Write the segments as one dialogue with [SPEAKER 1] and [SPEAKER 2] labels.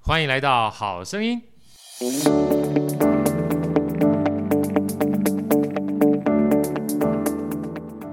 [SPEAKER 1] 欢迎来到《好声音》。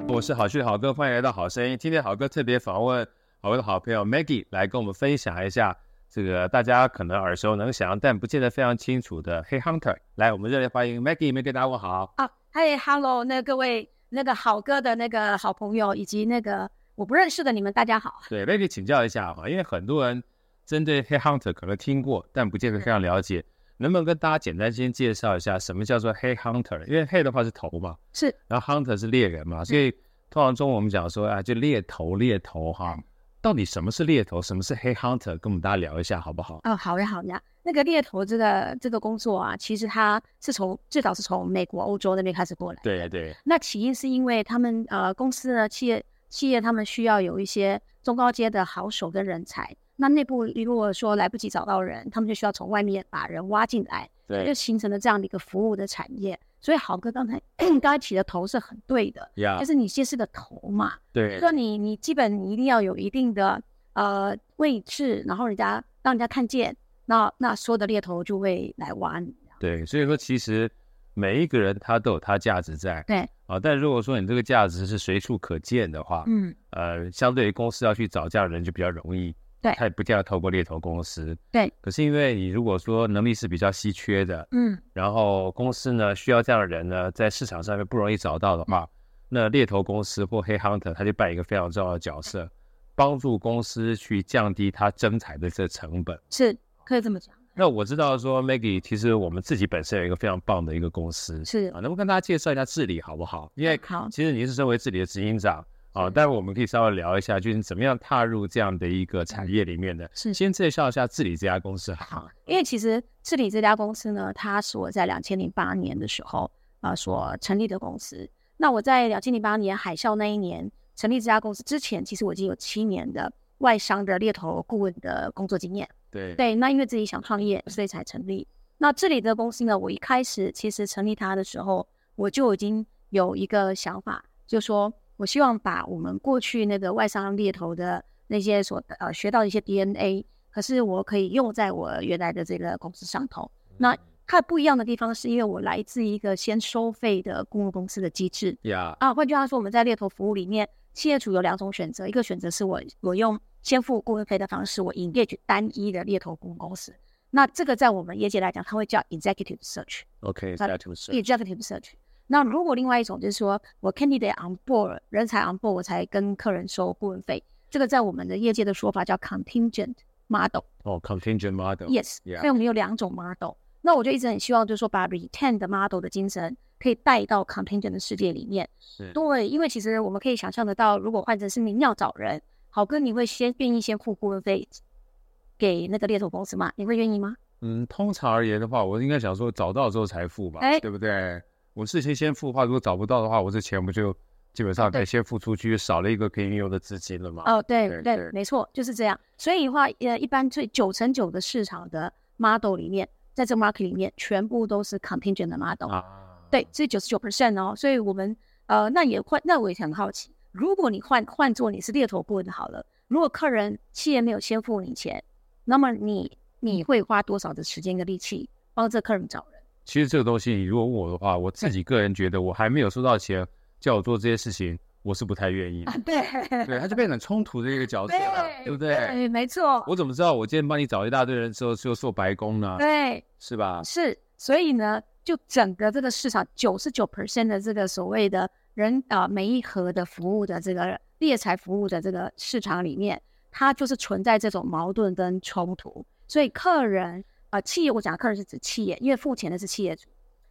[SPEAKER 2] 我是好趣的好哥，欢迎来到好声音。今天好哥特别访问好哥的好朋友 Maggie 来跟我们分享一下这个大家可能耳熟能详，但不见得非常清楚的黑 Hunter。来，我们热烈欢迎 Maggie，Maggie 大家问好。
[SPEAKER 3] 啊，嗨，Hello，那各位那个好哥的那个好朋友，以及那个我不认识的你们，大家好。
[SPEAKER 2] 对，Maggie 请教一下哈，因为很多人针对黑 Hunter 可能听过，但不见得非
[SPEAKER 3] 嗯
[SPEAKER 2] 常了解。能不能跟大家简单先介绍一下什么叫做黑 Hunter？因为黑的话是头嘛，
[SPEAKER 3] 是嗯
[SPEAKER 2] 然后 hunter 是猎人嘛，所以通常中文我们讲说啊，就猎头猎头哈。到底什么是猎头，什么是黑 hunter？跟我们大家聊一下好不好？
[SPEAKER 3] 哦，好呀，好呀。那个猎头这个这个工作啊，其实它是从最早是从美国、欧洲那边开始过来。
[SPEAKER 2] 对对
[SPEAKER 3] 那起因是因为他们呃公司呢企业企业他们需要有一些中高阶的好手跟人才，那内部如果说来不及找到人，他们就需要从外面把人挖进来，就
[SPEAKER 2] 对
[SPEAKER 3] 形成了这样的一个服务的产业。所以好哥刚才 刚才起的头是很对的，
[SPEAKER 2] 呀
[SPEAKER 3] 但，是你先是个头嘛，
[SPEAKER 2] 啊对
[SPEAKER 3] 说你你基本你一定要有一定的呃位置，然后人家让人家看见，那那所有的猎头就会来挖你。
[SPEAKER 2] 对，所以说其实每一个人他都有他价值在。
[SPEAKER 3] 对
[SPEAKER 2] 啊，但如果说你这个价值是随处可见的话，
[SPEAKER 3] 嗯，
[SPEAKER 2] 呃，相对于公司要去找这样的人就比较容易，
[SPEAKER 3] 对
[SPEAKER 2] 他也不一定要透过猎头公司。
[SPEAKER 3] 对，
[SPEAKER 2] 可是因为你如果说能力是比较稀缺的，
[SPEAKER 3] 嗯，
[SPEAKER 2] 然后公司呢需要这样的人呢，在市场上面不容易找到的话，那猎头公司或黑 hunter 他就扮演一个非常重要的角色，帮助公司去降低他征才的这成本。
[SPEAKER 3] 是可以这么讲，
[SPEAKER 2] 那我知道说 Maggie，其实我们自己本身有一个非常棒的一个公司，
[SPEAKER 3] 是
[SPEAKER 2] 啊，能不能跟大家介绍一下治理好不好？因为
[SPEAKER 3] 好
[SPEAKER 2] 其实你是身为治理的执行长啊，
[SPEAKER 3] 是
[SPEAKER 2] 待会我们可以稍微聊一下，就是你怎么样踏入这样的一个产业里面的。
[SPEAKER 3] 是
[SPEAKER 2] 先介绍一下治理这家公司好吗，
[SPEAKER 3] 因为其实治理这家公司呢，它是我在两千零八年的时候啊、呃所成立的公司。那我在两千零八年海啸那一年成立这家公司之前，其实我已经有七年的外商的猎头顾问的工作经验。
[SPEAKER 2] 对
[SPEAKER 3] 对，那因为自己想创业，所以才成立。那这里的公司呢，我一开始其实成立它的时候，我就已经有一个想法，就说我希望把我们过去那个外商猎头的那些所呃学到的一些 DNA，可是我可以用在我原来的这个公司上头。那它不一样的地方是因为我来自一个先收费的公共公司的机制，
[SPEAKER 2] 呀，
[SPEAKER 3] 啊，换句话说，我们在猎头服务里面，企业主有两种选择，一个选择是我我用先付顾问费的方式，我 engage 单一的猎头顾问公司。那这个在我们业界来讲，它会叫 executive search。
[SPEAKER 2] OK，
[SPEAKER 3] 那
[SPEAKER 2] 大家听是
[SPEAKER 3] executive search。那如果另外一种就是说我 candidate on board 人才 on board，我才跟客人收顾问费。这个在我们的业界的说法叫 contingent model。
[SPEAKER 2] 哦，contingent model。
[SPEAKER 3] Yes，
[SPEAKER 2] Yeah
[SPEAKER 3] 所以我们有两种 model。那我就一直很希望，就是说把 retain 的 model 的精神可以带到 contingent 的世界里面
[SPEAKER 2] 是。
[SPEAKER 3] 对，因为其实我们可以想象得到，如果换成是您要找人，好哥你会先愿意先付顾问费给那个猎头公司吗？你会愿意吗？
[SPEAKER 2] 嗯，通常而言的话，我应该想说找到之后才付吧，
[SPEAKER 3] 哎
[SPEAKER 2] 对不对？我事先先付的话，如果找不到的话，我这钱不就基本上可以
[SPEAKER 3] 哦对
[SPEAKER 2] 先付出去，少了一个可以运用的资金了嘛？
[SPEAKER 3] 哦，对
[SPEAKER 2] 对对
[SPEAKER 3] 对，没错，就是这样。所以的话，呃，一般最九成九的市场的 model 里面，在这个 market 里面，全部都是 contingent 的 model。
[SPEAKER 2] 啊，
[SPEAKER 3] 对，这九十九 percent 哦。所以我们呃，那也换，那我也很好奇，如果你换换做你是猎头顾问好了，如果客人企业没有先付你钱，那么你你会花多少的时间跟力气帮这客人找人？
[SPEAKER 2] 其实这个东西，你如果问我的话，我自己个人觉得，我还没有收到钱，叫我做这些事情，我是不太愿意的。
[SPEAKER 3] 对
[SPEAKER 2] 对，他就变成很冲突的一个角色了，对不对？
[SPEAKER 3] 对，没错，
[SPEAKER 2] 我怎么知道我今天帮你找一大堆人之后就做白工呢？
[SPEAKER 3] 对。
[SPEAKER 2] 是吧？
[SPEAKER 3] 是，所以呢，就整个这个市场九十九 percent 的这个所谓的人啊、呃每一盒的服务的这个猎财服务的这个市场里面，它就是存在这种矛盾跟冲突。所以客人啊、呃企业，我讲的客人是指企业，因为付钱的是企业主，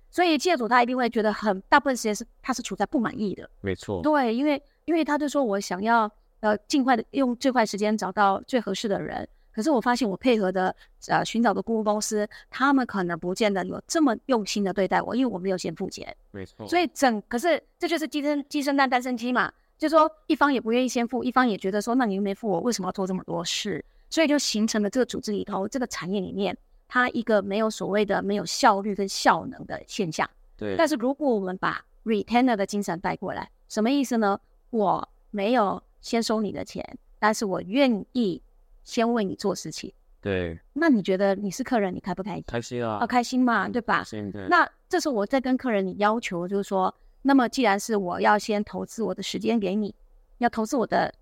[SPEAKER 3] 所以企业主他一定会觉得很大部分时间是他是处在不满意的。
[SPEAKER 2] 没错，
[SPEAKER 3] 对，因为因为他就说我想要呃尽快的用最快时间找到最合适的人，可是我发现我配合的呃寻找的顾问公司，他们可能不见得有这么用心的对待我，因为我没有先付钱，
[SPEAKER 2] 没错。
[SPEAKER 3] 所以整可是这就是鸡生鸡生蛋，蛋生鸡嘛，就说一方也不愿意先付，一方也觉得说那你又没付我，为什么要做这么多事？所以就形成了这个组织里头这个产业里面，它一个没有所谓的没有效率跟效能的现象。
[SPEAKER 2] 对，
[SPEAKER 3] 但是如果我们把 retainer 的精神带过来，什么意思呢？我没有先收你的钱，但是我愿意先为你做事情。
[SPEAKER 2] 对，
[SPEAKER 3] 那你觉得你是客人，你开不开心？
[SPEAKER 2] 开心啊，
[SPEAKER 3] 啊，开心嘛，对吧
[SPEAKER 2] 开？心对，
[SPEAKER 3] 那这时候我在跟客人你要求，就是说，那么既然是我要先投资我的时间给你，要投资我的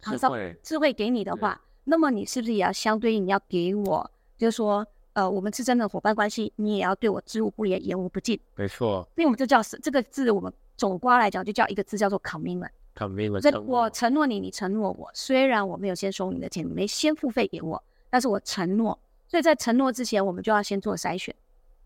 [SPEAKER 2] 智
[SPEAKER 3] 商
[SPEAKER 2] 慧
[SPEAKER 3] 智慧给你的话，那么你是不是也要相对应你要给我，就是说，呃，我们之间的伙伴关系，你也要对我知无不言，言无不尽，
[SPEAKER 2] 没错
[SPEAKER 3] 因为我们这叫这个字，我们总括来讲就叫一个字叫做 commitment。
[SPEAKER 2] ，commitment
[SPEAKER 3] 这
[SPEAKER 2] 承
[SPEAKER 3] 我
[SPEAKER 2] 诺
[SPEAKER 3] 承诺你，你承诺我。虽然我没有先收你的钱，你没先付费给我，但是我承诺。所以在承诺之前，我们就要先做筛选。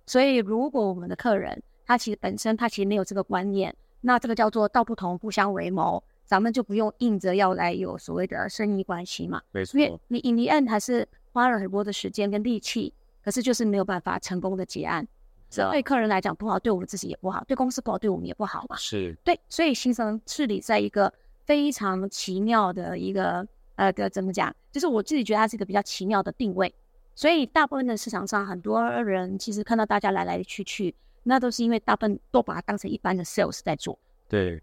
[SPEAKER 3] 所以，如果我们的客人他其实本身他其实没有这个观念，那这个叫做道不同不相为谋，咱们就不用硬着要来有所谓的生意关系嘛。
[SPEAKER 2] 没
[SPEAKER 3] 因为
[SPEAKER 2] 错，
[SPEAKER 3] 你 in the end 还是花了很多的时间跟力气，可是就是没有办法成功的结案。这对客人来讲不好，对我们自己也不好，对公司不好，对我们也不好嘛。
[SPEAKER 2] 是
[SPEAKER 3] 对，所以新生治理在一个非常奇妙的一个呃个怎么讲，就是我自己觉得它是一个比较奇妙的定位。所以大部分的市场上，很多人其实看到大家来来去去，那都是因为大部分都把它当成一般的 sales 在做。
[SPEAKER 2] 对，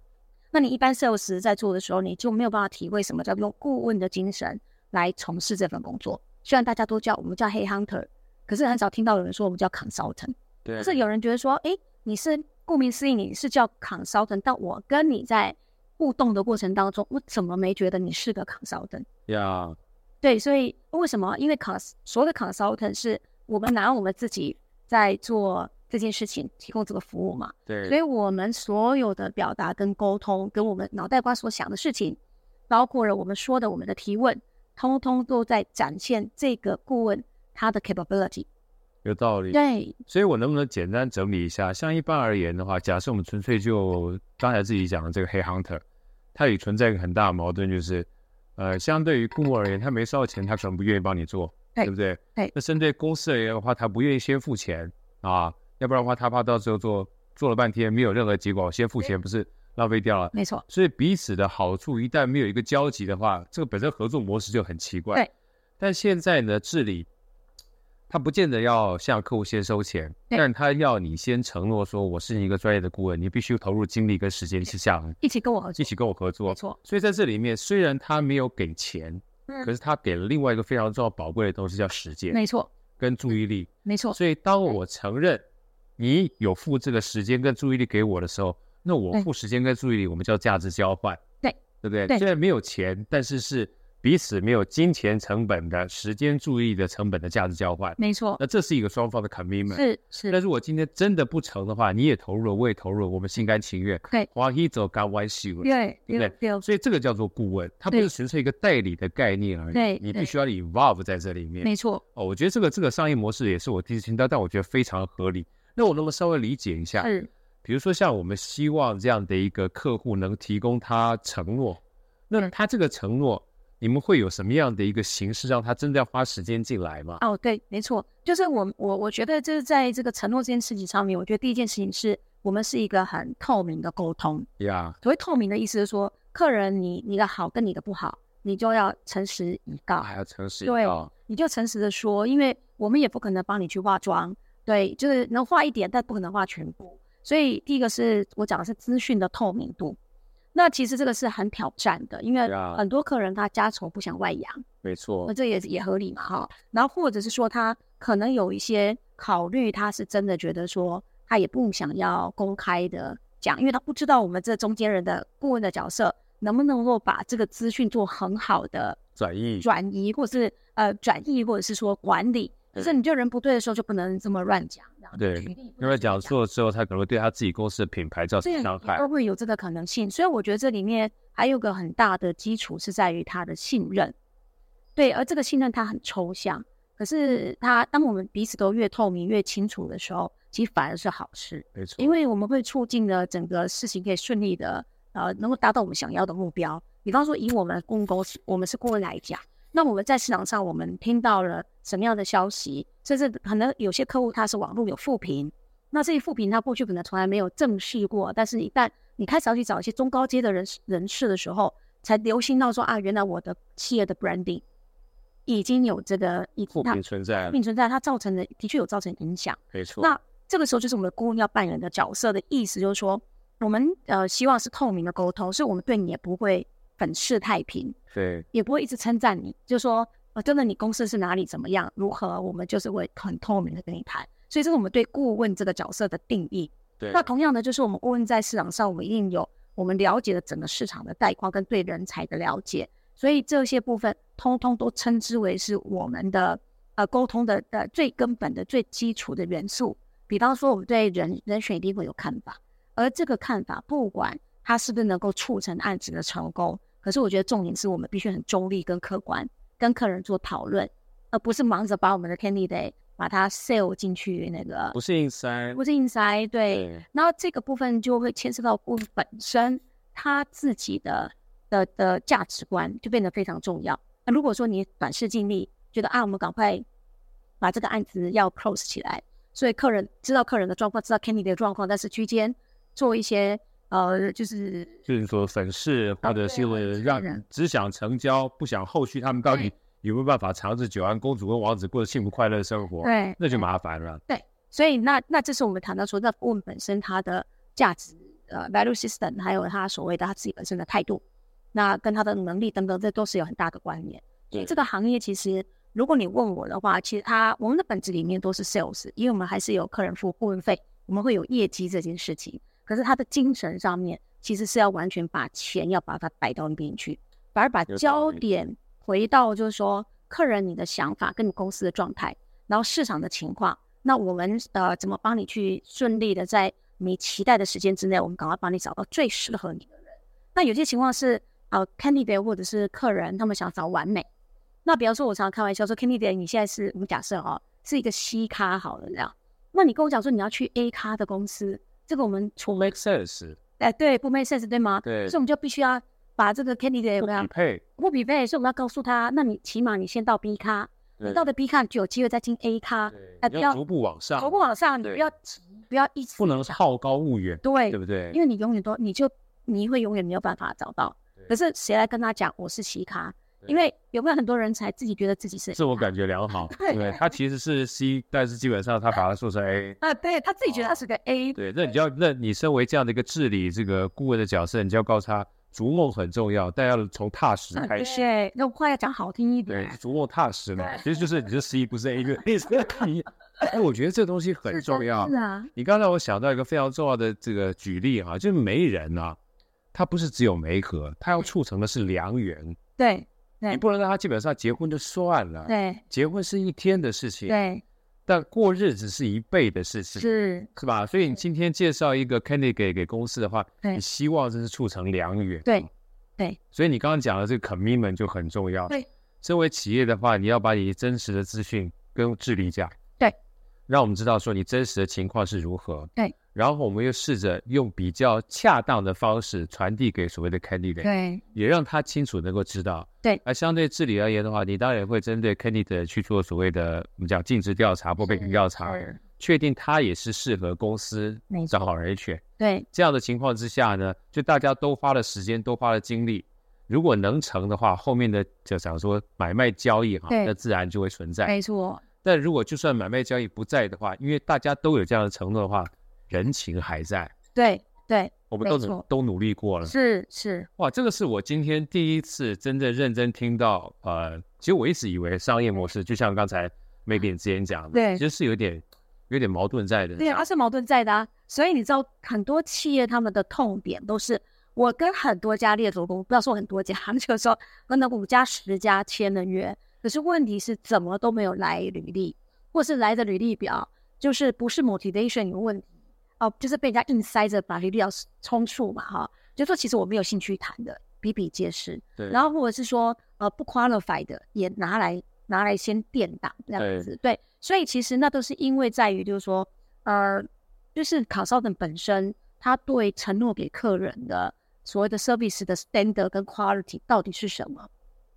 [SPEAKER 3] 那你一般 sales 在做的时候，你就没有办法体会什么叫用顾问的精神来从事这份工作。虽然大家都叫我们叫黑 hunter，可是很少听到有人说我们叫 consultant。
[SPEAKER 2] 对，
[SPEAKER 3] 可是有人觉得说，诶，你是顾名思义，你是叫 consultant，但我跟你在互动的过程当中，我怎么没觉得你是个 consultant？
[SPEAKER 2] 呀，
[SPEAKER 3] 对，所以为什么？因为 cons 所有的 consultant 是我们拿我们自己在做这件事情，提供这个服务嘛。
[SPEAKER 2] 对，
[SPEAKER 3] 所以我们所有的表达跟沟通，跟我们脑袋瓜所想的事情，包括了我们说的、我们的提问，通通都在展现这个顾问他的 capability。
[SPEAKER 2] 有道理。
[SPEAKER 3] 对，
[SPEAKER 2] 所以我能不能简单整理一下？像一般而言的话，假设我们纯粹就刚才自己讲的这个黑 hunter，它也存在一个很大的矛盾，就是，呃，相对于顾问而言，他没收到钱，他可能不愿意帮你做，
[SPEAKER 3] 对
[SPEAKER 2] 不对？
[SPEAKER 3] 对
[SPEAKER 2] 那针对公司而言的话，他不愿意先付钱啊，要不然的话，他怕到时候做做了半天没有任何结果，先付钱不是浪费掉了？
[SPEAKER 3] 没错，
[SPEAKER 2] 所以彼此的好处一旦没有一个交集的话，这个本身合作模式就很奇怪。
[SPEAKER 3] 对。
[SPEAKER 2] 但现在呢，治理他不见得要向客户先收钱，
[SPEAKER 3] 对
[SPEAKER 2] 但是他要你先承诺说，我是一个专业的顾问，你必须投入精力跟时间去下
[SPEAKER 3] 一起跟我合作
[SPEAKER 2] 一，起跟我合
[SPEAKER 3] 没
[SPEAKER 2] 作。
[SPEAKER 3] 错，
[SPEAKER 2] 所以在这里面，虽然他没有给钱，
[SPEAKER 3] 嗯
[SPEAKER 2] 可是他给了另外一个非常重要宝贵的东西，叫时间
[SPEAKER 3] 没错，
[SPEAKER 2] 跟注意力。
[SPEAKER 3] 没错，
[SPEAKER 2] 所以当我承认你有付这个时间跟注意力给我的时候，那我
[SPEAKER 3] 对
[SPEAKER 2] 付时间跟注意力，我们叫价值交换，
[SPEAKER 3] 对
[SPEAKER 2] 对不对？
[SPEAKER 3] 对
[SPEAKER 2] 虽然没有钱，但是是彼此没有金钱成本的时间、注意的成本的价值交换。
[SPEAKER 3] 没错，
[SPEAKER 2] 那这是一个双方的 commitment。
[SPEAKER 3] 哦是
[SPEAKER 2] 那
[SPEAKER 3] 是，
[SPEAKER 2] 如果今天真的不成的话，你也投入了，我也投入了，我们心甘情愿。
[SPEAKER 3] 对，
[SPEAKER 2] 黄一走干弯西了。
[SPEAKER 3] 对
[SPEAKER 2] 对
[SPEAKER 3] 对对
[SPEAKER 2] 所以这个叫做顾问，它不
[SPEAKER 3] 对
[SPEAKER 2] 是纯粹一个代理的概念而已，
[SPEAKER 3] 对
[SPEAKER 2] 你
[SPEAKER 3] 对
[SPEAKER 2] 必须要 involve 在这里面。
[SPEAKER 3] 没错，
[SPEAKER 2] 哦，我觉得这个这个商业模式也是我第一次听到，但我觉得非常合理。那我能不能稍微理解一下？
[SPEAKER 3] 是
[SPEAKER 2] 比如说像我们希望这样的一个客户能提供他承诺，那
[SPEAKER 3] 嗯
[SPEAKER 2] 他这个承诺，你们会有什么样的一个形式让他真的要花时间进来吗？
[SPEAKER 3] 哦，对，没错，就是我我我觉得就是在这个承诺这件事情上面，我觉得第一件事情是我们是一个很透明的沟通。
[SPEAKER 2] 呀、
[SPEAKER 3] 所谓透明的意思是说，客人你你的好跟你的不好，你就要诚实以告。
[SPEAKER 2] 还要诚实
[SPEAKER 3] 对
[SPEAKER 2] 哦，
[SPEAKER 3] 你就诚实的说，因为我们也不可能帮你去化妆，对，就是能化一点，但不可能化全部。所以第一个是我讲的是资讯的透明度，那其实这个是很挑战的，因为
[SPEAKER 2] 对啊
[SPEAKER 3] 很多客人他家丑不想外扬，
[SPEAKER 2] 没
[SPEAKER 3] 那
[SPEAKER 2] 错，
[SPEAKER 3] 这也也合理嘛哈。然后或者是说他可能有一些考虑，他是真的觉得说他也不想要公开的讲，因为他不知道我们这中间人的顾问的角色能不能够把这个资讯做很好的
[SPEAKER 2] 转移
[SPEAKER 3] 转移，或者是呃转移，或者是说管理。可是你就人不对的时候，就不能这么乱讲。这样
[SPEAKER 2] 对
[SPEAKER 3] 举例不
[SPEAKER 2] 因
[SPEAKER 3] 能
[SPEAKER 2] 为
[SPEAKER 3] 这么
[SPEAKER 2] 讲错了之后，他可能会对他自己公司的品牌造
[SPEAKER 3] 这
[SPEAKER 2] 成伤害
[SPEAKER 3] 都。啊会有这个可能性。所以我觉得这里面还有个很大的基础是在于他的信任，对，而这个信任它很抽象，可是它当我们彼此都越透明、越清楚的时候，其实反而是好事，
[SPEAKER 2] 没错，
[SPEAKER 3] 因为我们会促进了整个事情可以顺利的呃，能够达到我们想要的目标。比方说，以我们顾问公司，我们是顾问来讲，那我们在市场上我们听到了什么样的消息，甚至可能有些客户他是网络有复评，那这些复评他过去可能从来没有正视过，但是一旦你开始要去找一些中高阶的人士人士的时候，才留心到说啊，原来我的企业的 branding 已经有这个已
[SPEAKER 2] 负
[SPEAKER 3] 它
[SPEAKER 2] 评存在了
[SPEAKER 3] 并存在，它造成的的确有造成影响。
[SPEAKER 2] 没错，
[SPEAKER 3] 那这个时候就是我们的顾问要扮演的角色的意思，就是说我们呃希望是透明的沟通，所以我们对你也不会粉饰太平，
[SPEAKER 2] 对
[SPEAKER 3] 也不会一直称赞你，就是说呃，真的你公司是哪里怎么样如何，我们就是会很透明的跟你谈。所以这是我们对顾问这个角色的定义。
[SPEAKER 2] 对，
[SPEAKER 3] 那同样的，就是我们顾问在市场上，我们一定有我们了解的整个市场的概况跟对人才的了解，所以这些部分通通都称之为是我们的呃沟通的呃最根本的、最基础的元素。比方说，我们对人人选一定会有看法，而这个看法不管它是不是能够促成案子的成功，可是我觉得重点是我们必须很中立跟客观，跟客人做讨论，而不是忙着把我们的 candidate 把它 sell 进去那个
[SPEAKER 2] 不是硬塞，
[SPEAKER 3] 不是硬塞，对。
[SPEAKER 2] 对
[SPEAKER 3] 然后这个部分就会牵涉到顾问本身他自己的的的价值观，就变得非常重要。那如果说你短视尽力，觉得啊，我们赶快把这个案子要 close 起来，所以客人知道客人的状况，知道 Candy 的状况，但是区间做一些呃，就是
[SPEAKER 2] 就是说粉饰或
[SPEAKER 3] 啊
[SPEAKER 2] 者
[SPEAKER 3] 对
[SPEAKER 2] 是
[SPEAKER 3] 啊
[SPEAKER 2] 为了
[SPEAKER 3] 是
[SPEAKER 2] 让
[SPEAKER 3] 的
[SPEAKER 2] 只想成交，不想后续他们到底
[SPEAKER 3] 对
[SPEAKER 2] 有没有办法长治久安，公主跟王子过着幸福快乐的生活，
[SPEAKER 3] 对
[SPEAKER 2] 那就麻烦了。
[SPEAKER 3] 所以那那这是我们谈到说，那顾问本身它的价值呃 value system，还有他所谓的他自己本身的态度，那跟他的能力等等，这都是有很大的关联。所以
[SPEAKER 2] 对
[SPEAKER 3] 这个行业其实，如果你问我的话，其实它我们的本质里面都是 sales，因为我们还是有客人付顾问费，我们会有业绩这件事情。可是他的精神上面，其实是要完全把钱要把它摆到那边去，反而把
[SPEAKER 2] 有道
[SPEAKER 3] 焦
[SPEAKER 2] 理
[SPEAKER 3] 点回到就是说客人你的想法跟你公司的状态，然后市场的情况，那我们呃怎么帮你去顺利的在你期待的时间之内，我们赶快帮你找到最适合你的人。那有些情况是呃 candidate 或者是客人他们想找完美，那比方说我常常开玩笑说 candidate 你现在是我们假设哦是一个 C 咖好了这样，那你跟我讲说你要去 A 咖的公司，这个我们除
[SPEAKER 2] 不 make sense，
[SPEAKER 3] 哎对不 make sense 对吗？
[SPEAKER 2] 对
[SPEAKER 3] 所以我们就必须要把这个 candidate
[SPEAKER 2] 不
[SPEAKER 3] 我们要
[SPEAKER 2] 匹配，
[SPEAKER 3] 不匹配，所以我们要告诉他，那你起码你先到 B 咖，你到
[SPEAKER 2] 底
[SPEAKER 3] 了 B 咖你就有机会再进 A 咖。哎
[SPEAKER 2] 你
[SPEAKER 3] 不
[SPEAKER 2] 要
[SPEAKER 3] 要
[SPEAKER 2] 逐步往上，
[SPEAKER 3] 头部往上，你
[SPEAKER 2] 啊对
[SPEAKER 3] 不要急，不要一直
[SPEAKER 2] 不能好高骛远，
[SPEAKER 3] 对，
[SPEAKER 2] 对不对？
[SPEAKER 3] 因为你永远都你就你会永远没有办法找到
[SPEAKER 2] 对。
[SPEAKER 3] 可是谁来跟他讲我是奇咖？
[SPEAKER 2] 对
[SPEAKER 3] 因为有没有很多人才自己觉得自己是
[SPEAKER 2] 自我感觉良好，
[SPEAKER 3] 对
[SPEAKER 2] 对，他其实是 C，但是基本上他把它说成 A。
[SPEAKER 3] 啊？对他自己觉得他是个 A，、
[SPEAKER 2] 哦对，那你就要，那你身为这样的一个治理这个顾问的角色，你就要告诉他，逐梦很重要，但要从踏实
[SPEAKER 3] 啊
[SPEAKER 2] 开始。
[SPEAKER 3] 对，那话要讲好听一
[SPEAKER 2] 对
[SPEAKER 3] 点，，
[SPEAKER 2] 逐梦踏实嘛，
[SPEAKER 3] 哎
[SPEAKER 2] 其
[SPEAKER 3] 对
[SPEAKER 2] 实就是你是 C 不是 A 个 意思。你，哎，我觉得这东西很
[SPEAKER 3] 是
[SPEAKER 2] 重
[SPEAKER 3] 真
[SPEAKER 2] 要
[SPEAKER 3] 是。啊，
[SPEAKER 2] 你刚才我想到一个非常重要的这个举例哈、就是媒人啊，他不是只有媒合，他要促成的是良缘。
[SPEAKER 3] 对
[SPEAKER 2] 你
[SPEAKER 3] 对
[SPEAKER 2] 不能让他基本上结婚就算了，
[SPEAKER 3] 对
[SPEAKER 2] 结婚是一天的事情，
[SPEAKER 3] 对，
[SPEAKER 2] 但过日子是一辈的事情，
[SPEAKER 3] 是，
[SPEAKER 2] 是吧？所以你今天介绍一个 candidate 给给公司的话，
[SPEAKER 3] 对
[SPEAKER 2] 你希望这是促成良缘，
[SPEAKER 3] 对对
[SPEAKER 2] 所以你刚刚讲的这个 commitment 就很重要。
[SPEAKER 3] 对，
[SPEAKER 2] 身为企业的话，你要把你真实的资讯跟智力讲，
[SPEAKER 3] 对，
[SPEAKER 2] 让我们知道说你真实的情况是如何。
[SPEAKER 3] 对，
[SPEAKER 2] 然后我们又试着用比较恰当的方式传递给所谓的 candidate，
[SPEAKER 3] 对
[SPEAKER 2] 也让他清楚能够知道。
[SPEAKER 3] 对
[SPEAKER 2] 而相对治理而言的话，你当然会针对 candidate 去做所谓的我们讲尽职调查或背景调查，
[SPEAKER 3] 是
[SPEAKER 2] 确定他也是适合公司
[SPEAKER 3] 没错
[SPEAKER 2] 找好人选。
[SPEAKER 3] 对
[SPEAKER 2] 这样的情况之下呢，就大家都花了时间，都花了精力。如果能成的话，后面的就想说买卖交易哈，
[SPEAKER 3] 对
[SPEAKER 2] 那自然就会存在。
[SPEAKER 3] 没错，
[SPEAKER 2] 但如果就算买卖交易不在的话，因为大家都有这样的承诺的话，人情还在，
[SPEAKER 3] 对对
[SPEAKER 2] 我们都
[SPEAKER 3] 没
[SPEAKER 2] 努
[SPEAKER 3] 错
[SPEAKER 2] 都努力过了。
[SPEAKER 3] 是是，
[SPEAKER 2] 哇，这个是我今天第一次真正认真听到。呃，其实我一直以为商业模式就像刚才 Maggie 之前讲的，
[SPEAKER 3] 对
[SPEAKER 2] 其实是有点有点矛盾在的。
[SPEAKER 3] 对，而是矛盾在的、啊。所以你知道，很多企业他们的痛点都是，我跟很多家猎头公，不要说很多家， 就是说跟那五家、十家签了约，可是问题是怎么都没有来履历，或是来的履历表就是不是 motivation 有问题，哦、就是被人家硬塞着把履历表冲出嘛，哈，就说其实我没有兴趣谈的，比比皆是。
[SPEAKER 2] 对
[SPEAKER 3] 然后或者是说呃不 qualify 的也拿来拿来先垫档这
[SPEAKER 2] 对
[SPEAKER 3] 样子，对，所以其实那都是因为在于就是说呃就是考烧等本身他对承诺给客人的所谓的 service 的 standard 跟 quality 到底是什么，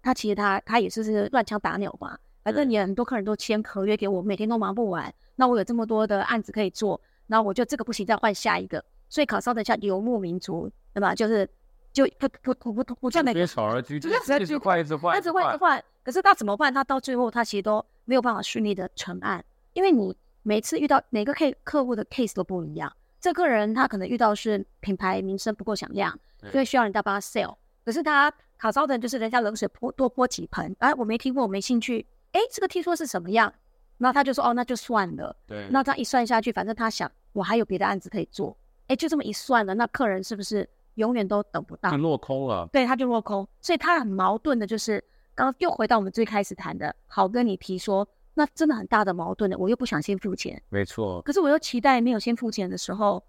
[SPEAKER 3] 他其实他他也是是乱枪打鸟嘛，反正
[SPEAKER 2] 对
[SPEAKER 3] 也很多客人都签合约给我，每天都忙不完，那我有这么多的案子可以做，那我就这个不行再换下一个，所以考烧等下游牧民族对吧？就是。就不不不不不断的
[SPEAKER 2] 别草而居，
[SPEAKER 3] 就像
[SPEAKER 2] 一直换，一直换，
[SPEAKER 3] 那只会一直换。可是他怎么办？他到最后他其实都没有办法顺利的成案，因为你每次遇到每个客客户的 case 都不一样。这个人他可能遇到是品牌名声不够响亮，所以需要人家帮他 sell。可是他卡烧的就是人家冷水泼多泼几盆，哎，我没听过，我没兴趣，哎，这个听说是什么样？然后他就说哦，那就算了。
[SPEAKER 2] 对，
[SPEAKER 3] 那这样一算下去，反正他想我还有别的案子可以做，哎，就这么一算了，那客人是不是永远都等不到
[SPEAKER 2] 就？落空了。
[SPEAKER 3] 对，他就落空。所以他很矛盾的，就是刚刚又回到我们最开始谈的，好跟你提说，那真的很大的矛盾的，我又不想先付钱，
[SPEAKER 2] 没错，
[SPEAKER 3] 可是我又期待没有先付钱的时候，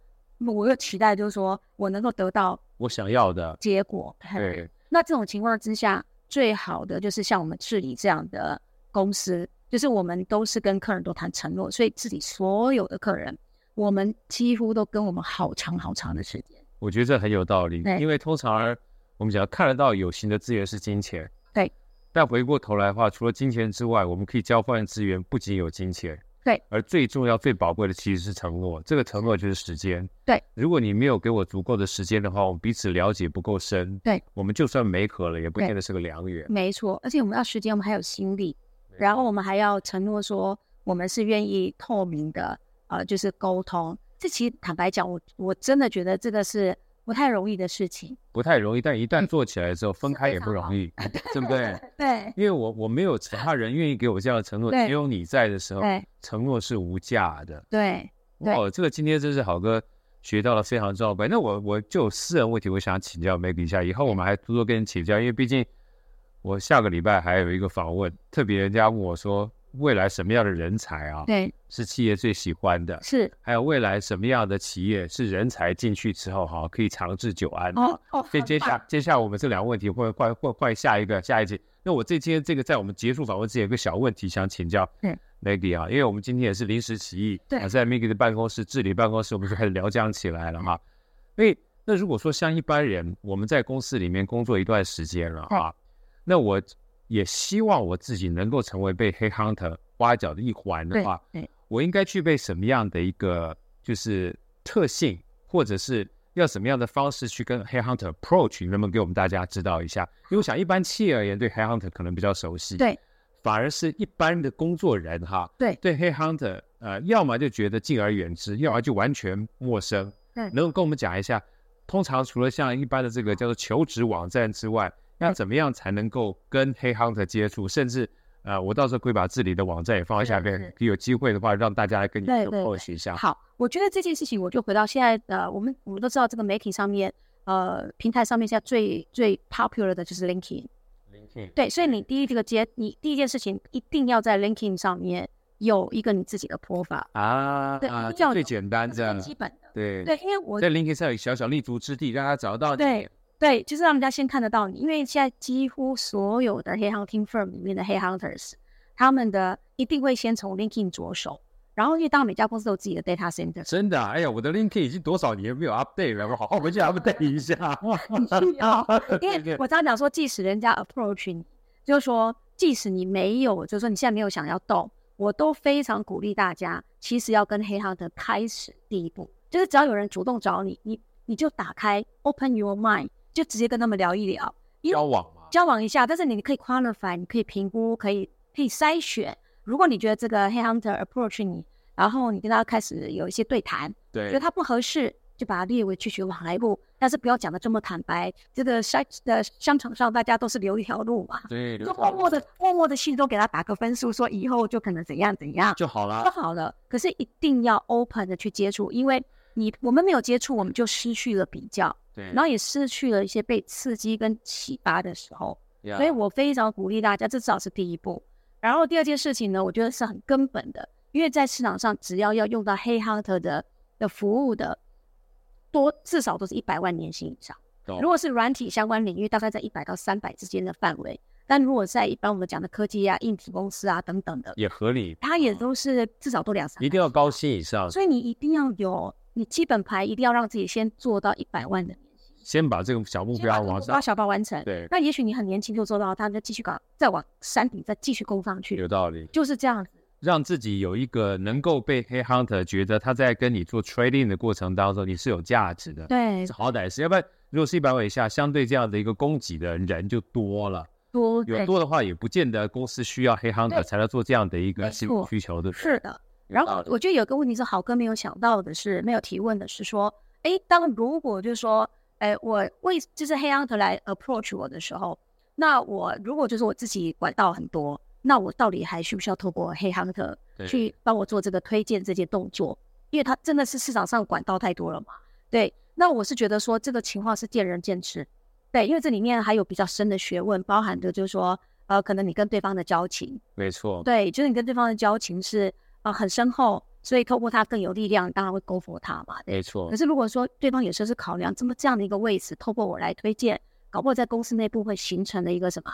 [SPEAKER 3] 我又期待就是说我能够得到
[SPEAKER 2] 我想要的，
[SPEAKER 3] 结果。
[SPEAKER 2] 对，
[SPEAKER 3] 那这种情况之下，最好的就是像我们治理这样的公司，就是我们都是跟客人都谈承诺，所以治理所有的客人，我们几乎都跟我们好长好长的时间。
[SPEAKER 2] 我觉得这很有道理
[SPEAKER 3] 对，
[SPEAKER 2] 因为通常而我们讲看得到有形的资源是金钱，
[SPEAKER 3] 对。
[SPEAKER 2] 但回过头来的话，除了金钱之外，我们可以交换的资源不仅有金钱，
[SPEAKER 3] 对。
[SPEAKER 2] 而最重要、最宝贵的其实是承诺，这个承诺就是时间，
[SPEAKER 3] 对。
[SPEAKER 2] 如果你没有给我足够的时间的话，我们彼此了解不够深，
[SPEAKER 3] 对。
[SPEAKER 2] 我们就算没合了，也不
[SPEAKER 3] 对
[SPEAKER 2] 见得是个良缘。
[SPEAKER 3] 没错，而且我们要时间，我们还有心力，然后我们还要承诺说我们是愿意透明的，呃，就是沟通。这其实坦白讲，我我真的觉得这个是不太容易的事情。
[SPEAKER 2] 不太容易，但一
[SPEAKER 3] 嗯
[SPEAKER 2] 旦做起来之后，分开也不容易，对不 对？
[SPEAKER 3] 对
[SPEAKER 2] 因为我我没有其他人愿意给我这样的承诺，
[SPEAKER 3] 对
[SPEAKER 2] 只有你在的时候，
[SPEAKER 3] 对
[SPEAKER 2] 承诺是无价的。
[SPEAKER 3] 哎对，对
[SPEAKER 2] 哦，这个今天真是好哥学到了非常重要的观点。那我我就有私人问题，我想请教 Maggie 一下，以后我们还多多跟你请教，因为毕竟我下个礼拜还有一个访问，特别人家问我说，未来什么样的人才啊，
[SPEAKER 3] 对
[SPEAKER 2] 是企业最喜欢的？
[SPEAKER 3] 是
[SPEAKER 2] 还有未来什么样的企业是人才进去之后哈、可以长治久安的？
[SPEAKER 3] 哦哦，
[SPEAKER 2] 接接
[SPEAKER 3] 很棒
[SPEAKER 2] 下接下来我们这两个问题会换换换下一个下一集。那我这今天这个在我们结束访问之前有个小问题想请教
[SPEAKER 3] 嗯
[SPEAKER 2] Maggie 啊，因为我们今天也是临时起意，
[SPEAKER 3] 对
[SPEAKER 2] 啊在 Maggie 的办公室治理办公室，我们就开始聊这样起来了哈。所以那如果说像一般人，我们在公司里面工作一段时间了啊，那我也希望我自己能够成为被黑 hunter 挖角的一环的
[SPEAKER 3] 对
[SPEAKER 2] 话，
[SPEAKER 3] 对
[SPEAKER 2] 我应该具备什么样的一个就是特性，或者是要什么样的方式去跟黑 hunter approach？你能不能给我们大家知道一下？因为我想一般企业而言，对黑 hunter 可能比较熟悉，
[SPEAKER 3] 对，
[SPEAKER 2] 反而是一般的工作人哈，
[SPEAKER 3] 对
[SPEAKER 2] 对黑 hunter，呃，要么就觉得敬而远之，要么就完全陌生。
[SPEAKER 3] 对
[SPEAKER 2] 能够跟我们讲一下，通常除了像一般的这个叫做求职网站之外，要怎么样才能够跟黑 hunter 接触，甚至呃，我到时候会把自己的网站也放在下面
[SPEAKER 3] 是，
[SPEAKER 2] 有机会的话让大家来跟你
[SPEAKER 3] 对对
[SPEAKER 2] approach 一下。
[SPEAKER 3] 好，我觉得这件事情，我就回到现在的我们，我们都知道这个媒体上面，呃，平台上面现在最最 popular 的就是 LinkedIn。对，所以你第一这个接，你第一件事情一定要在 LinkedIn 上面有一个你自己的 profile，
[SPEAKER 2] 啊
[SPEAKER 3] 对
[SPEAKER 2] 啊，
[SPEAKER 3] 一定要
[SPEAKER 2] 这最
[SPEAKER 3] 有
[SPEAKER 2] 简单
[SPEAKER 3] 这
[SPEAKER 2] 这
[SPEAKER 3] 是
[SPEAKER 2] 样
[SPEAKER 3] 最，基本的。
[SPEAKER 2] 对
[SPEAKER 3] 对，因为我
[SPEAKER 2] 在 LinkedIn 上有小小立足之地，让他找到你。
[SPEAKER 3] 对对，就是让人家先看得到你，因为现在几乎所有的黑 hunting firm 里面的黑 hunters，他们的一定会先从 LinkedIn 着手，然后因为当然每家公司都有自己的 data center，
[SPEAKER 2] 真的啊、哎呀，我的 LinkedIn 已经多少年没有 update 了，我好好回去 update 一 下。
[SPEAKER 3] 需要啊因
[SPEAKER 2] 对对
[SPEAKER 3] 为我常讲说，即使人家 approach 你，就是说，即使你没有，就是说你现在没有想要动，我都非常鼓励大家，其实要跟黑 hunter 开始第一步，就是只要有人主动找你，你你就打开 open your mind，就直接跟他们聊一聊，因为
[SPEAKER 2] 交往嘛，
[SPEAKER 3] 交往一下，但是你可以 qualify，你可以评估，可以可以筛选。如果你觉得这个黑 hunter approach 你，然后你跟他开始有一些对谈，觉
[SPEAKER 2] 对
[SPEAKER 3] 得，他不合适，就把它列为拒绝往来路，但是不要讲的这么坦白。这个商的商场上，大家都是留一条路嘛，
[SPEAKER 2] 对，
[SPEAKER 3] 就默默的默默的心中给他打个分数，说以后就可能怎样怎样
[SPEAKER 2] 就好
[SPEAKER 3] 就
[SPEAKER 2] 了。
[SPEAKER 3] 好了。可是一定要 open 的去接触，因为你我们没有接触，我们就失去了比较，
[SPEAKER 2] 对，
[SPEAKER 3] 然后也失去了一些被刺激跟启发的时候。
[SPEAKER 2] 呀
[SPEAKER 3] 所以我非常鼓励大家，这至少是第一步。然后第二件事情呢，我觉得是很根本的，因为在市场上，只要要用到黑 hunter 的的服务的，多至少都是一百万年薪以上。
[SPEAKER 2] 懂
[SPEAKER 3] 如果是软体相关领域，大概在一百到三百之间的范围。但如果在一般我们讲的科技啊、硬体公司啊等等的，
[SPEAKER 2] 也合 理，
[SPEAKER 3] 它也
[SPEAKER 2] 啊
[SPEAKER 3] 都是至少都两三
[SPEAKER 2] 一定要高薪以上，
[SPEAKER 3] 所以你一定要有你基本牌，一定要让自己先做到一百万的
[SPEAKER 2] 先把这个小目
[SPEAKER 3] 先
[SPEAKER 2] 标
[SPEAKER 3] 把
[SPEAKER 2] 往
[SPEAKER 3] 小
[SPEAKER 2] 上，
[SPEAKER 3] 小包完成。
[SPEAKER 2] 对
[SPEAKER 3] 那也许你很年轻就做到，他就继续搞，再往山顶再继续攻上
[SPEAKER 2] 有
[SPEAKER 3] 去，
[SPEAKER 2] 道理，
[SPEAKER 3] 就是这样子。
[SPEAKER 2] 让自己有一个能够被黑 hunter 觉得他在跟你做 trading 的过程当中你是有价值的，
[SPEAKER 3] 对
[SPEAKER 2] 是，好歹是，要不然如果是一百万以下，相对这样的一个供给的人就多了，
[SPEAKER 3] 多
[SPEAKER 2] 有
[SPEAKER 3] 对
[SPEAKER 2] 多的话也不见得公司需要黑 hunter
[SPEAKER 3] 对
[SPEAKER 2] 才能做这样的一个
[SPEAKER 3] 没
[SPEAKER 2] 需
[SPEAKER 3] 错
[SPEAKER 2] 需求的，
[SPEAKER 3] 是的。然
[SPEAKER 2] 道
[SPEAKER 3] 后
[SPEAKER 2] 理
[SPEAKER 3] 我觉得有个问题是好哥没有想到的是，没有提问的是说，哎，当如果就是说哎，我为就是黑 hunter 来 approach 我的时候，那我如果就是我自己管道很多，那我到底还需不需要透过黑 hunter
[SPEAKER 2] 对
[SPEAKER 3] 去帮我做这个推荐这些动作？因为它真的是市场上管道太多了嘛。对，那我是觉得说这个情况是见仁见智。对，因为这里面还有比较深的学问，包含着就是说，呃，可能你跟对方的交情，
[SPEAKER 2] 没错，
[SPEAKER 3] 对，就是你跟对方的交情是呃很深厚，所以透过他更有力量，当然会勾 for 他嘛。对。
[SPEAKER 2] 没错
[SPEAKER 3] 可，是如果说对方有时候是考量这么这样的一个位置，透过我来推荐，搞不好在公司内部会形成了一个什么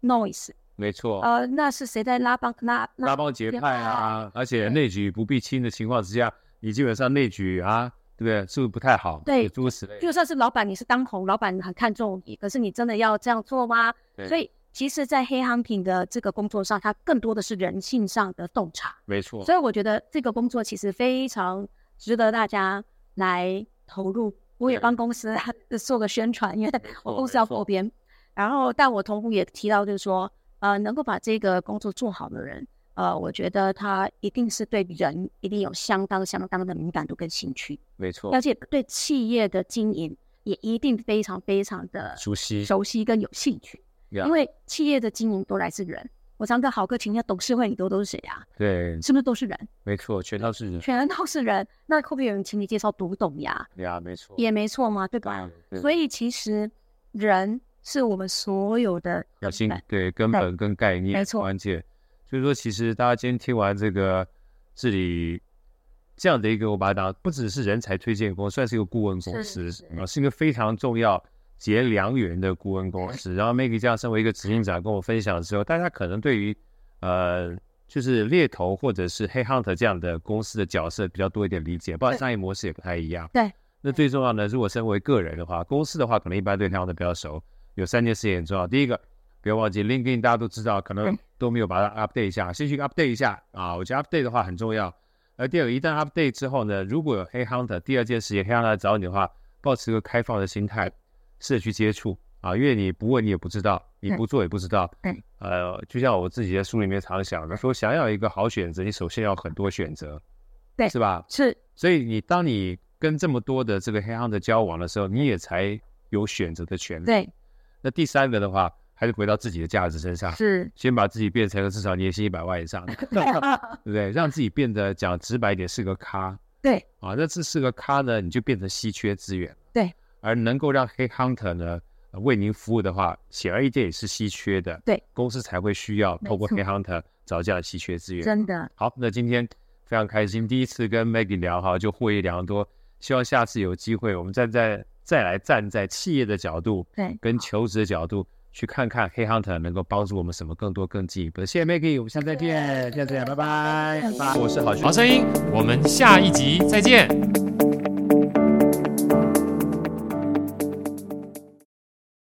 [SPEAKER 3] noise，
[SPEAKER 2] 没错。
[SPEAKER 3] 呃，那是谁在拉帮拉
[SPEAKER 2] 哦拉帮结派啊，而且内举不避亲的情况之下，你基本上内举啊，对不对？是不是不太好？
[SPEAKER 3] 对
[SPEAKER 2] 也诸如此类的。
[SPEAKER 3] 就算是老板，你是当红，老板很看重你，可是你真的要这样做吗？
[SPEAKER 2] 对
[SPEAKER 3] 所以其实，在黑 hunting 的这个工作上，它更多的是人性上的洞察。
[SPEAKER 2] 没错，
[SPEAKER 3] 所以我觉得这个工作其实非常值得大家来投入。我也
[SPEAKER 2] 对
[SPEAKER 3] 帮公司 做个宣传，因为我
[SPEAKER 2] 错
[SPEAKER 3] 公司
[SPEAKER 2] 没
[SPEAKER 3] 要
[SPEAKER 2] 错
[SPEAKER 3] 扩编。然后，但我同步也提到，就是说，呃，能够把这个工作做好的人，呃，我觉得他一定是对人一定有相当相当的敏感度跟兴趣，
[SPEAKER 2] 没错
[SPEAKER 3] 而，且对企业的经营也一定非常非常的
[SPEAKER 2] 熟悉，啊
[SPEAKER 3] 熟悉跟有兴趣，
[SPEAKER 2] 因
[SPEAKER 3] 因为企业的经营都来自人。我常跟豪哥请教，董事会里头都是谁啊？
[SPEAKER 2] 对，
[SPEAKER 3] 是不是都是人？
[SPEAKER 2] 没错，全都是人
[SPEAKER 3] 全都是人， 那会不会有人请你介绍读懂呀？
[SPEAKER 2] 呀，没错，
[SPEAKER 3] 也没错嘛，对吧？
[SPEAKER 2] 对
[SPEAKER 3] 所以其实人是我们所有的
[SPEAKER 2] 要
[SPEAKER 3] 根
[SPEAKER 2] 新
[SPEAKER 3] 本
[SPEAKER 2] 对根
[SPEAKER 3] 对
[SPEAKER 2] 本跟概念
[SPEAKER 3] 没错
[SPEAKER 2] 关键。所以说，其实大家今天听完这个治理这样的一个，我把它当不只是人才推荐公司，算是一个顾问公司
[SPEAKER 3] 是是
[SPEAKER 2] 啊，是一个非常重要结良缘的顾问公司。然后 Maggie 这样身为一个执行长跟我分享之后，大家可能对于呃。就是猎头或者是黑 hunter 这样的公司的角色比较多一点理解，包括
[SPEAKER 3] 对
[SPEAKER 2] 商业模式也不太一样。
[SPEAKER 3] 对，
[SPEAKER 2] 那最重要呢，如果身为个人的话，公司的话可能一般对黑 hunter 比较熟，有三件事情很重要。第一个，不要忘记 LinkedIn，大家都知道，可能
[SPEAKER 3] 嗯
[SPEAKER 2] 都没有把它 update 一下，先去 update 一下啊。我觉得 update 的话很重要。而第二个，一旦 update 之后呢，如果有黑 hunter，第二件事情黑 hunter 来找你的话，保持一个开放的心态，试着去接触啊，因为你不问你也不知道，你不做也不知道。
[SPEAKER 3] 嗯
[SPEAKER 2] 呃，就像我自己在书里面常想的，说想要一个好选择，你首先要很多选择，
[SPEAKER 3] 对
[SPEAKER 2] 是吧？
[SPEAKER 3] 是
[SPEAKER 2] 所以你当你跟这么多的这个黑 hunter 交往的时候，你也才有选择的权利。
[SPEAKER 3] 对
[SPEAKER 2] 那第三个的话，还是回到自己的价值身上，，
[SPEAKER 3] 是
[SPEAKER 2] 先把自己变成一个至少年薪一百万以上 的，对不对？让自己变得讲直白一点是个咖
[SPEAKER 3] 对
[SPEAKER 2] 啊，那这是个咖呢，你就变成稀缺资源。
[SPEAKER 3] 对，
[SPEAKER 2] 而能够让黑 hunter 呢呃为您服务的话，显而易见也是稀缺的。
[SPEAKER 3] 对，
[SPEAKER 2] 公司才会需要透过
[SPEAKER 3] 没错
[SPEAKER 2] 黑 hunter 找这样的稀缺资源。
[SPEAKER 3] 真的
[SPEAKER 2] 好，那今天非常开心，第一次跟 Maggie 聊哈，就获益良多。希望下次有机会，我们站在再来站在企业的角度，
[SPEAKER 3] 对
[SPEAKER 2] 跟求职的角度去看看黑 hunter 能够帮助我们什么更多更进一步。谢谢 Maggie，我们下次再见，下次再见，拜拜。我是好学生
[SPEAKER 1] 好声音，我们下一集再见。